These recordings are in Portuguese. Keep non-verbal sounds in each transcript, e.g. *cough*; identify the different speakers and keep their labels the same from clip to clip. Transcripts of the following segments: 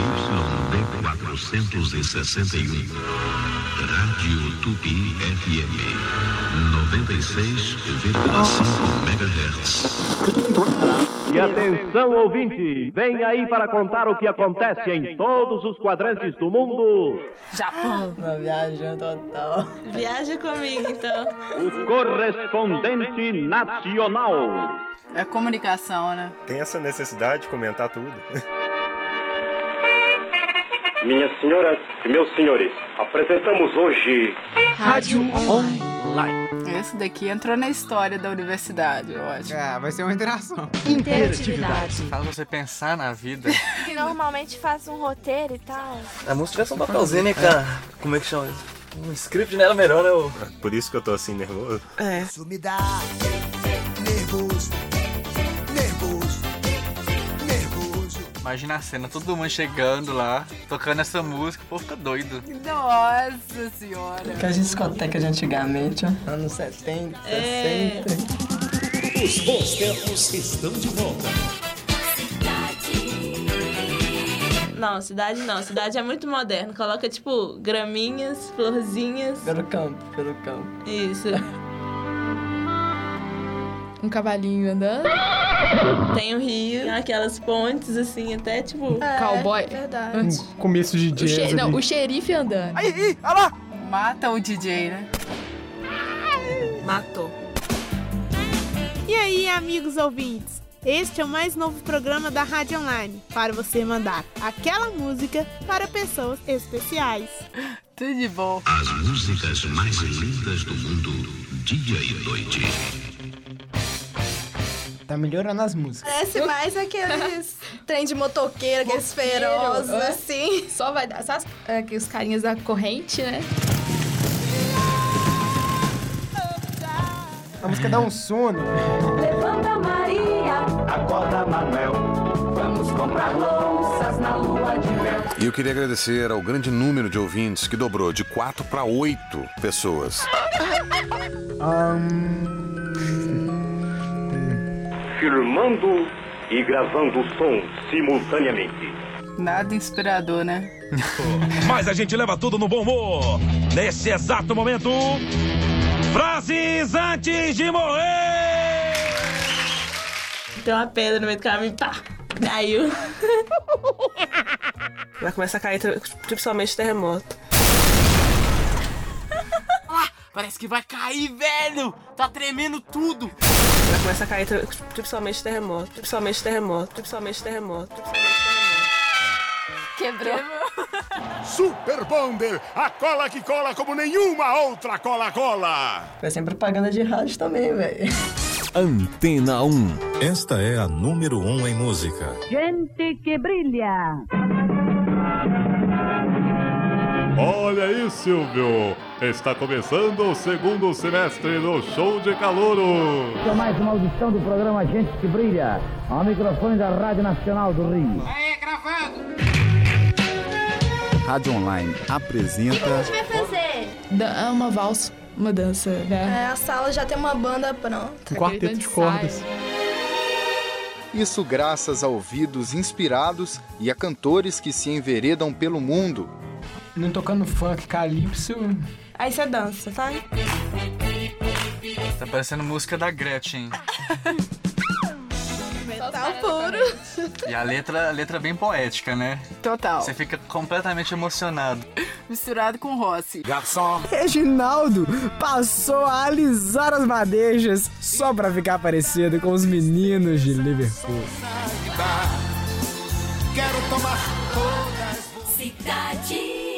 Speaker 1: Não 461. Rádio Tupi FM. 96,5 MHz.
Speaker 2: E atenção, ouvinte! Vem aí para contar o que acontece em todos os quadrantes do mundo.
Speaker 3: Japão.
Speaker 4: Tá
Speaker 5: Uma viagem total.
Speaker 3: Viaja comigo, então.
Speaker 2: O correspondente nacional.
Speaker 5: É comunicação, né?
Speaker 6: Tem essa necessidade de comentar tudo. *laughs*
Speaker 7: Minhas senhoras e meus senhores, apresentamos hoje.
Speaker 3: Rádio Online.
Speaker 5: Esse daqui entrou na história da universidade, eu acho.
Speaker 4: É.
Speaker 8: Ah, vai ser uma interação.
Speaker 3: Interatividade.
Speaker 8: Faz você pensar na vida.
Speaker 9: que normalmente faz um roteiro e tal.
Speaker 4: A música tivesse um papelzinho, né, cara? Como é que chama isso? Um script nela melhor, né? ô?
Speaker 6: Por isso que eu tô assim nervoso.
Speaker 4: É.
Speaker 10: Isso me dá nervoso, nervoso, nervoso.
Speaker 8: Imagina a cena, todo mundo chegando lá, tocando essa música, o povo fica doido.
Speaker 5: Nossa senhora.
Speaker 11: Aquelas discotecas É de antigamente, ó. Anos 70,
Speaker 3: É.
Speaker 11: 60.
Speaker 12: Os bons tempos estão de volta.
Speaker 3: Não, cidade não. Cidade é muito moderno. Coloca, tipo, graminhas, florzinhas.
Speaker 11: Pelo campo, pelo campo.
Speaker 3: Isso.
Speaker 13: Um cavalinho andando.
Speaker 3: Tem o rio, tem aquelas pontes, assim, até, tipo...
Speaker 5: É
Speaker 13: Cowboy.
Speaker 3: verdade.
Speaker 13: Antes.
Speaker 14: é Um começo de
Speaker 13: O
Speaker 14: jazz
Speaker 13: xe- não,
Speaker 14: ali.
Speaker 13: o xerife andando.
Speaker 5: Aí, aí, olha lá! Mata o DJ, né?
Speaker 3: Matou.
Speaker 15: E aí, amigos ouvintes? Este é o mais novo programa da Rádio Online para você mandar aquela música para pessoas especiais.
Speaker 5: Tudo de bom.
Speaker 1: As músicas mais lindas do mundo, dia e noite.
Speaker 14: Tá melhorando as músicas.
Speaker 16: Parece mais aqueles trem de motoqueiro, aqueles ferozes,
Speaker 13: Motoqueiro, é.
Speaker 16: assim.
Speaker 13: Só vai dar. Sabe é, que os carinhas da corrente, né?
Speaker 14: A música dá um sono.
Speaker 17: Levanta Maria, acorda Manuel. Vamos comprar louças na lua de mel.
Speaker 18: E eu queria agradecer ao grande número de ouvintes que dobrou de 4 para 8 pessoas.
Speaker 7: Firmando e gravando o som simultaneamente.
Speaker 5: Nada inspirador, né?
Speaker 12: Mas a gente leva tudo no bom humor. Nesse exato momento, frases antes de morrer.
Speaker 3: Tem uma pedra no meio do caminho, pá! Caiu.
Speaker 19: Vai começar a cair, principalmente terremoto.
Speaker 8: Parece que vai cair, velho! Tá tremendo tudo!
Speaker 19: Vai começar a cair, principalmente terremoto. Principalmente terremoto. Principalmente terremoto.
Speaker 5: Quebrou.
Speaker 12: Super Bonder, a cola que cola como nenhuma outra cola-cola.
Speaker 11: Vai ser propaganda de rádio também, velho.
Speaker 12: Antena 1. Esta é a número 1 em música.
Speaker 20: Gente que brilha.
Speaker 8: Olha aí, Silvio! Está começando o segundo semestre do Show de Calouro!
Speaker 5: Essa é mais uma audição do programa Gente que Brilha, ao microfone da Rádio Nacional do Rio.
Speaker 2: Rádio Online apresenta.
Speaker 16: vai fazer?
Speaker 13: Da- é uma valsa, uma dança,
Speaker 16: É,
Speaker 13: né?
Speaker 16: a sala já tem uma banda pronta.
Speaker 14: Um quarteto de cordas.
Speaker 2: Isso graças a ouvidos inspirados e a cantores que se enveredam pelo mundo.
Speaker 14: Não tocando funk, calypso.
Speaker 16: Aí você dança, sabe?
Speaker 8: Tá parecendo música da Gretchen.
Speaker 16: Metal puro.
Speaker 8: E a letra, a letra é bem poética, né?
Speaker 5: Total.
Speaker 8: Você fica completamente emocionado.
Speaker 5: Misturado com Rossi.
Speaker 8: Garçom!
Speaker 9: Reginaldo passou a alisar as madeixas só pra ficar parecido com os meninos de Liverpool.
Speaker 12: Quero tomar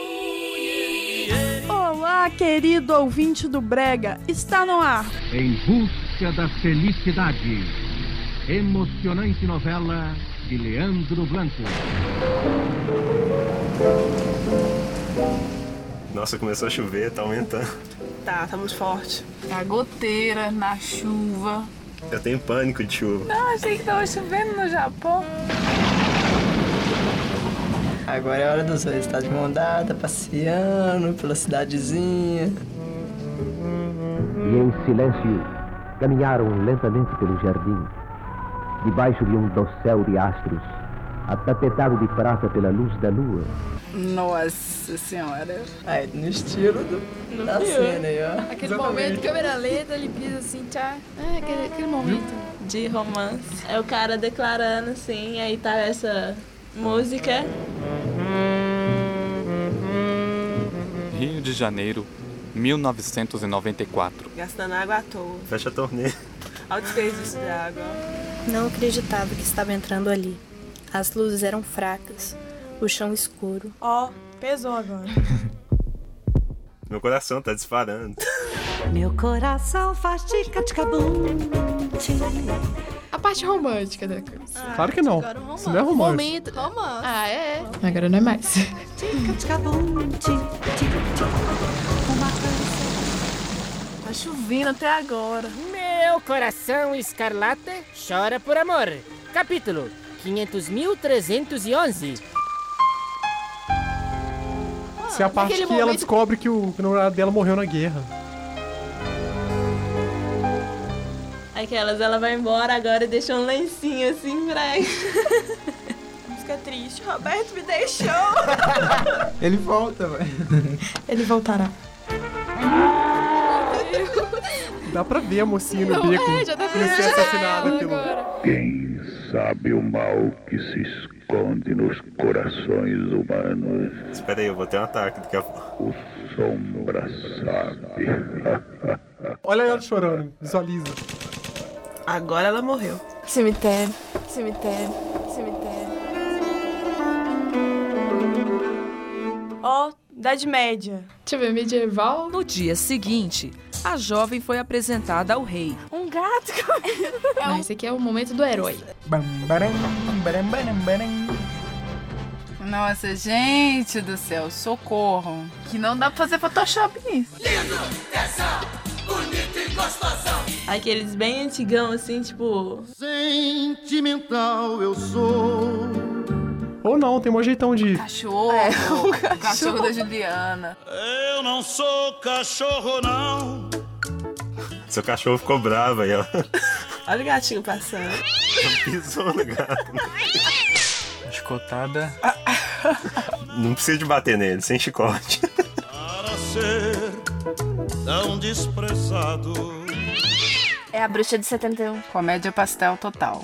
Speaker 17: Cidade.
Speaker 15: Olá, querido ouvinte do Brega, está no ar.
Speaker 3: Em busca da felicidade. Emocionante novela de Leandro Blanco.
Speaker 6: Nossa, começou a chover, tá aumentando.
Speaker 19: Tá, tá muito forte.
Speaker 5: A goteira na chuva.
Speaker 6: Eu tenho pânico de chuva.
Speaker 5: Ah, achei que tava chovendo no Japão.
Speaker 11: Agora é hora dos dois. Tá de mão dada, passeando pela cidadezinha.
Speaker 14: e em silêncio caminharam lentamente pelo jardim. Debaixo de um dossel de astros,
Speaker 21: a tapetado de prata pela luz da lua.
Speaker 5: Nossa senhora.
Speaker 22: Aí, no estilo do, da cena aí, ó.
Speaker 23: Aquele momento, câmera lenta, ele pisa assim, tchau. É, aquele, aquele momento.
Speaker 3: de romance. É o cara declarando, assim, aí tá essa música.
Speaker 2: Rio de Janeiro, 1994.
Speaker 24: Gastando água à toa.
Speaker 25: Fecha a torneira.
Speaker 24: Ao desperdício de água.
Speaker 26: Não acreditava que estava entrando ali. As luzes eram fracas, o chão escuro.
Speaker 27: Ó, pesou agora.
Speaker 25: Meu coração tá disparando.
Speaker 5: Meu coração faz ticatcabum.
Speaker 23: A parte romântica da coisa.
Speaker 21: Claro que não.
Speaker 23: Agora um romance.
Speaker 21: Isso não é romance.
Speaker 23: Momento. Romance. Ah, é. é. Agora não é mais.
Speaker 24: Tá chovendo até agora.
Speaker 28: Meu coração escarlata chora por amor. Capítulo 500.311.
Speaker 21: Isso é a parte que
Speaker 23: naquele
Speaker 21: ela
Speaker 23: momento-
Speaker 21: descobre que o que o namorado dela morreu na guerra.
Speaker 3: Aquelas, ela vai embora agora e deixa um lencinho assim pra
Speaker 16: *laughs*
Speaker 27: Música triste. Roberto me
Speaker 3: *laughs*
Speaker 27: deixou.
Speaker 22: Ele volta, velho.
Speaker 27: Ele voltará.
Speaker 21: Dá pra ver a mocinha no
Speaker 23: Não,
Speaker 21: beco.
Speaker 23: é, já dá pra
Speaker 21: ia
Speaker 23: ver
Speaker 21: ser
Speaker 23: ela
Speaker 21: assassinada pelo.
Speaker 1: Quem sabe o mal que se esconde nos corações humanos?
Speaker 25: Espera aí, eu vou ter um ataque daqui a pouco.
Speaker 1: O sombra sabe. *laughs*
Speaker 21: Olha ela chorando, visualiza.
Speaker 24: Agora ela morreu.
Speaker 27: Cemitério. Cemitério. Cemitério. Ó, Idade Média.
Speaker 23: Deixa eu ver, medieval.
Speaker 29: No dia seguinte, a jovem foi apresentada ao rei.
Speaker 27: Um
Speaker 5: *laughs*
Speaker 27: gato.
Speaker 5: Ah,
Speaker 23: Não, esse aqui é o momento do herói.
Speaker 5: Nossa, gente do céu, socorro. Que não dá pra fazer Photoshop nisso.
Speaker 3: aqueles bem antigão, assim, tipo.
Speaker 10: Sentimental eu sou.
Speaker 21: Ou não, tem um jeitão de.
Speaker 5: Cachorro. o É, um cachorro. da Juliana.
Speaker 10: Eu não sou cachorro, não.
Speaker 25: Seu cachorro ficou bravo aí, ó.
Speaker 24: *laughs* Olha o gatinho passando.
Speaker 25: *laughs* Pisou no gato.
Speaker 8: Chicotada.
Speaker 25: Não precisa de bater nele, sem chicote. *laughs*
Speaker 10: Para ser tão desprezado.
Speaker 5: É a bruxa de 71. Comédia pastel total.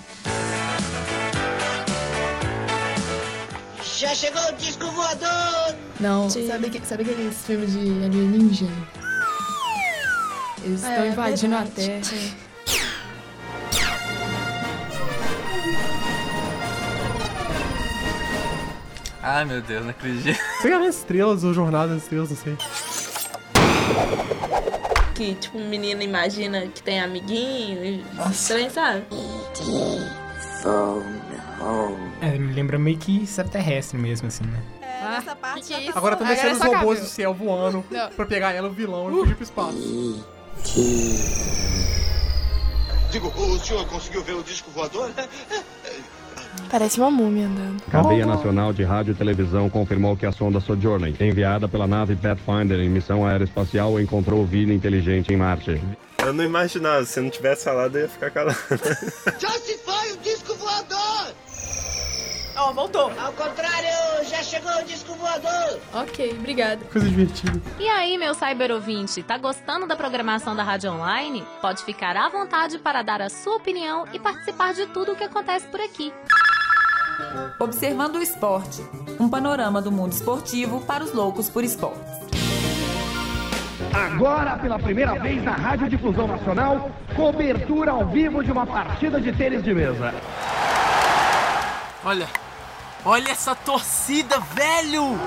Speaker 15: Já chegou o disco voador!
Speaker 23: Não, sabe, que- sabe aqueles filmes de alienígena? Eles
Speaker 27: É,
Speaker 23: estão
Speaker 27: é
Speaker 23: invadindo a
Speaker 27: verdade.
Speaker 23: Terra.
Speaker 8: Ai, meu Deus, não acredito.
Speaker 21: Sei lá, estrelas ou jornada das estrelas, não sei.
Speaker 3: Que, tipo, um menino imagina que tem amiguinho e estranho, sabe?
Speaker 30: É, me lembra meio que extraterrestre mesmo, assim, né?
Speaker 27: Essa parte já tá
Speaker 21: Agora
Speaker 27: bom.
Speaker 21: estão
Speaker 15: é
Speaker 21: descendo os
Speaker 27: só cabe.
Speaker 21: robôs do céu voando pra pegar ela, o vilão, e fugir pro espaço.
Speaker 10: Digo, o senhor conseguiu ver o disco voador?
Speaker 27: Parece uma múmia andando.
Speaker 31: Cadeia Nacional de Rádio e Televisão confirmou que a sonda Sojourner, enviada pela nave Pathfinder em missão aeroespacial, encontrou vida inteligente em Marte.
Speaker 25: Eu não imaginava, se não tivesse falado, eu ia ficar calado.
Speaker 15: Já se foi o disco voador!
Speaker 27: Ó, voltou.
Speaker 15: Ao contrário, já chegou o disco voador!
Speaker 23: Ok, obrigada.
Speaker 21: Coisa divertida.
Speaker 32: E aí, meu cyber ouvinte, tá gostando da programação da Rádio Online? Pode ficar à vontade para dar a sua opinião e participar de tudo o que acontece por aqui.
Speaker 33: Observando o esporte, um panorama do mundo esportivo para os loucos por esportes.
Speaker 31: Agora, pela primeira vez na Rádio Difusão Nacional, cobertura ao vivo de uma partida de tênis de mesa.
Speaker 8: Olha. Olha essa torcida, velho!
Speaker 34: *laughs*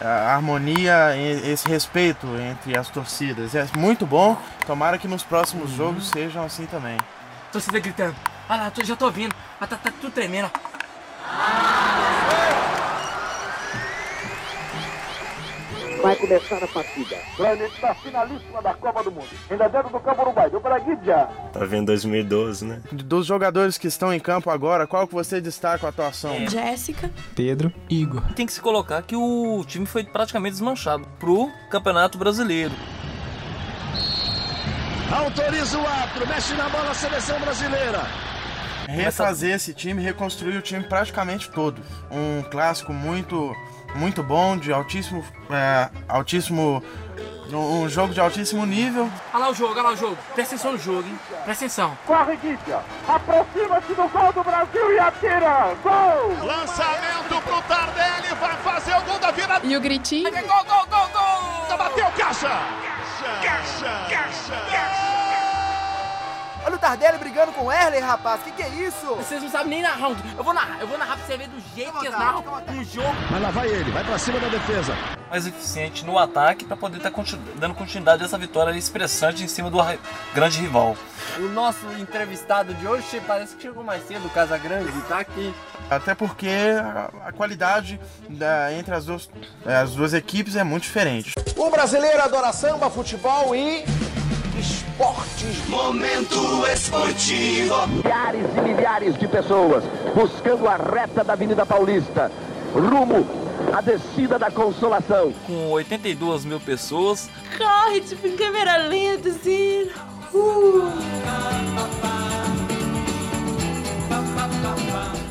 Speaker 34: a harmonia e esse respeito entre as torcidas. É muito bom. Tomara que nos próximos
Speaker 24: Uhum.
Speaker 34: jogos sejam assim também.
Speaker 8: Torcida gritando. Ah lá, tô- já tô vindo. Ah, tá, tá tudo tremendo.
Speaker 10: Vai começar a partida. Planeta na finalíssima da Copa do Mundo. Ainda dentro do campo Uruguai. Deu para Guidia.
Speaker 25: Tá vendo 2012, né?
Speaker 34: Dos jogadores que estão em campo agora, qual que você destaca a atuação?
Speaker 8: Jéssica.
Speaker 30: Pedro, Igor.
Speaker 8: Tem que se colocar que o time foi praticamente desmanchado pro Campeonato Brasileiro.
Speaker 10: Autoriza o ato. Mexe na bola a seleção brasileira.
Speaker 25: refazer esse time, reconstruir o time praticamente todo. Um clássico muito, muito bom, de altíssimo, é, altíssimo, um um jogo de altíssimo nível.
Speaker 8: Olha lá o jogo, olha lá o jogo. Presta atenção no jogo, hein? Presta atenção.
Speaker 35: Corre, Guícia. Aproxima-se do gol do Brasil e atira. Gol!
Speaker 36: Lançamento pro Tardelli, vai fazer o gol da vida.
Speaker 37: E o gritinho?
Speaker 36: Gol, gol, gol, gol! Tá, Bateu caixa! Caixa! Caixa! Caixa!
Speaker 38: Olha o Tardelli brigando com o Erlen, rapaz. Que que é isso?
Speaker 8: Vocês não sabem nem narrar. um Eu vou narrar, eu vou narrar pra você ver do jeito que eles narram um jogo.
Speaker 36: Mas lá vai ele, vai pra cima da defesa.
Speaker 39: mais eficiente no ataque para poder estar dando continuidade a essa vitória expressante em cima do ra- grande rival.
Speaker 40: O nosso entrevistado de hoje parece que chegou mais cedo, Casa Grande, tá aqui.
Speaker 25: Até porque a, a qualidade da- entre as duas, as duas equipes é muito diferente.
Speaker 40: O brasileiro adora samba, futebol e esportes.
Speaker 15: Momento esportivo.
Speaker 35: Milhares e milhares de pessoas buscando a reta da Avenida Paulista, rumo à descida da consolação.
Speaker 41: com 82 mil pessoas.
Speaker 3: Corre, tipo, em câmera lenta, assim. Uh.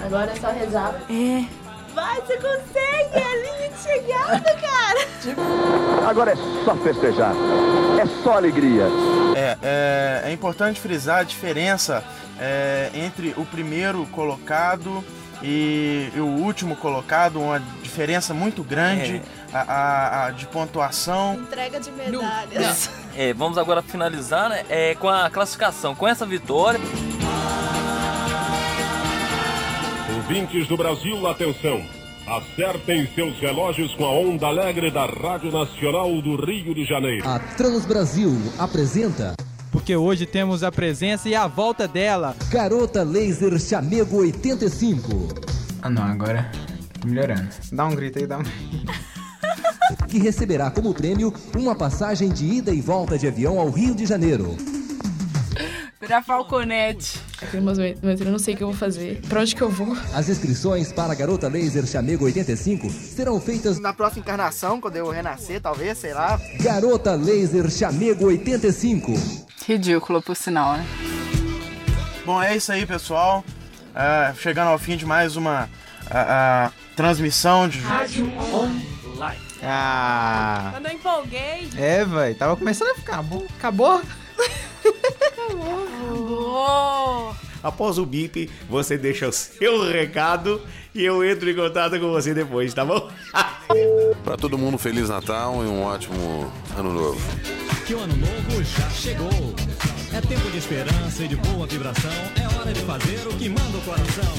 Speaker 42: Agora é só rezar.
Speaker 3: É. Vai, você consegue! É a linha de chegada, cara!
Speaker 35: Agora é só festejar, é só alegria.
Speaker 25: É, é, é importante frisar a diferença é, entre o primeiro colocado e, e o último colocado, uma diferença muito grande a- a- a de pontuação.
Speaker 42: Entrega de medalhas.
Speaker 41: É, vamos agora finalizar né, é, com a classificação. Com essa vitória,
Speaker 10: Ouvintes do Brasil, atenção! Acertem seus relógios com a onda alegre da Rádio Nacional do Rio de Janeiro.
Speaker 1: A Transbrasil apresenta. Porque hoje temos a presença e a volta dela. Garota Laser Chamego 85.
Speaker 43: Ah não, agora tá melhorando. Dá um grito aí, dá um.
Speaker 1: Que receberá como prêmio uma passagem de ida e volta de avião ao Rio de Janeiro.
Speaker 5: Da Falconete.
Speaker 37: Mas eu não sei o que eu vou fazer. Pra onde que eu vou?
Speaker 1: As inscrições para a Garota Laser Chamego 85 serão feitas
Speaker 38: Na próxima encarnação, quando eu renascer, talvez, sei lá.
Speaker 1: Garota Laser Chamego 85.
Speaker 5: Ridículo, por sinal, né?
Speaker 25: Bom, é isso aí, pessoal. Ah, chegando ao fim de mais uma ah, ah, transmissão de. Ah.
Speaker 3: Eu não empolguei.
Speaker 43: Ah. É, véi, tava começando a ficar bom. Acabou?
Speaker 2: Após o bip, você deixa o seu *laughs* recado e eu entro em contato com você depois, tá bom? *laughs*
Speaker 1: Pra todo mundo, Feliz Natal e um ótimo Ano Novo.
Speaker 44: Que o ano novo já chegou. É tempo de esperança e de boa vibração. É hora de fazer o que manda o coração.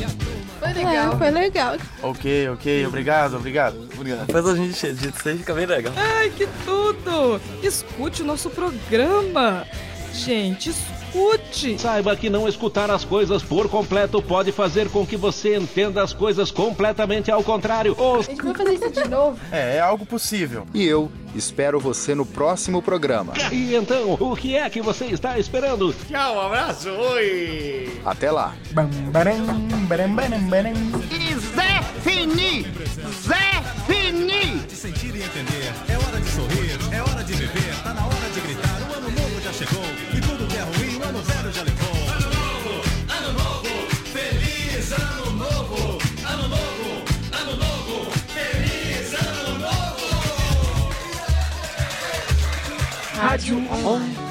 Speaker 37: Foi legal. foi legal.
Speaker 25: Ok, ok, obrigado, obrigado. Obrigado. Depois a gente edita isso aí, fica bem legal.
Speaker 44: Ai, que tudo! Escute o nosso programa! Gente, escute!
Speaker 45: Saiba que não escutar as coisas por completo pode fazer com que você entenda as coisas completamente ao contrário. Os...
Speaker 37: gente vai fazer isso de novo.
Speaker 2: É, é algo possível. E eu espero você no próximo programa.
Speaker 45: E então, o que é que você está esperando?
Speaker 2: Tchau, um abraço, oi! Até lá.
Speaker 43: Bam, baram, baram, baram, baram.
Speaker 15: E Zé Fini! Zé Fini!
Speaker 44: De sentir e entender, é hora de sorrir, é hora de viver, tá na hora de gritar. O ano novo já chegou e tudo que é ruim, o ano velho já levou. Ano novo, ano novo, feliz ano novo, ano novo, ano novo, feliz ano novo.
Speaker 15: Rádio On.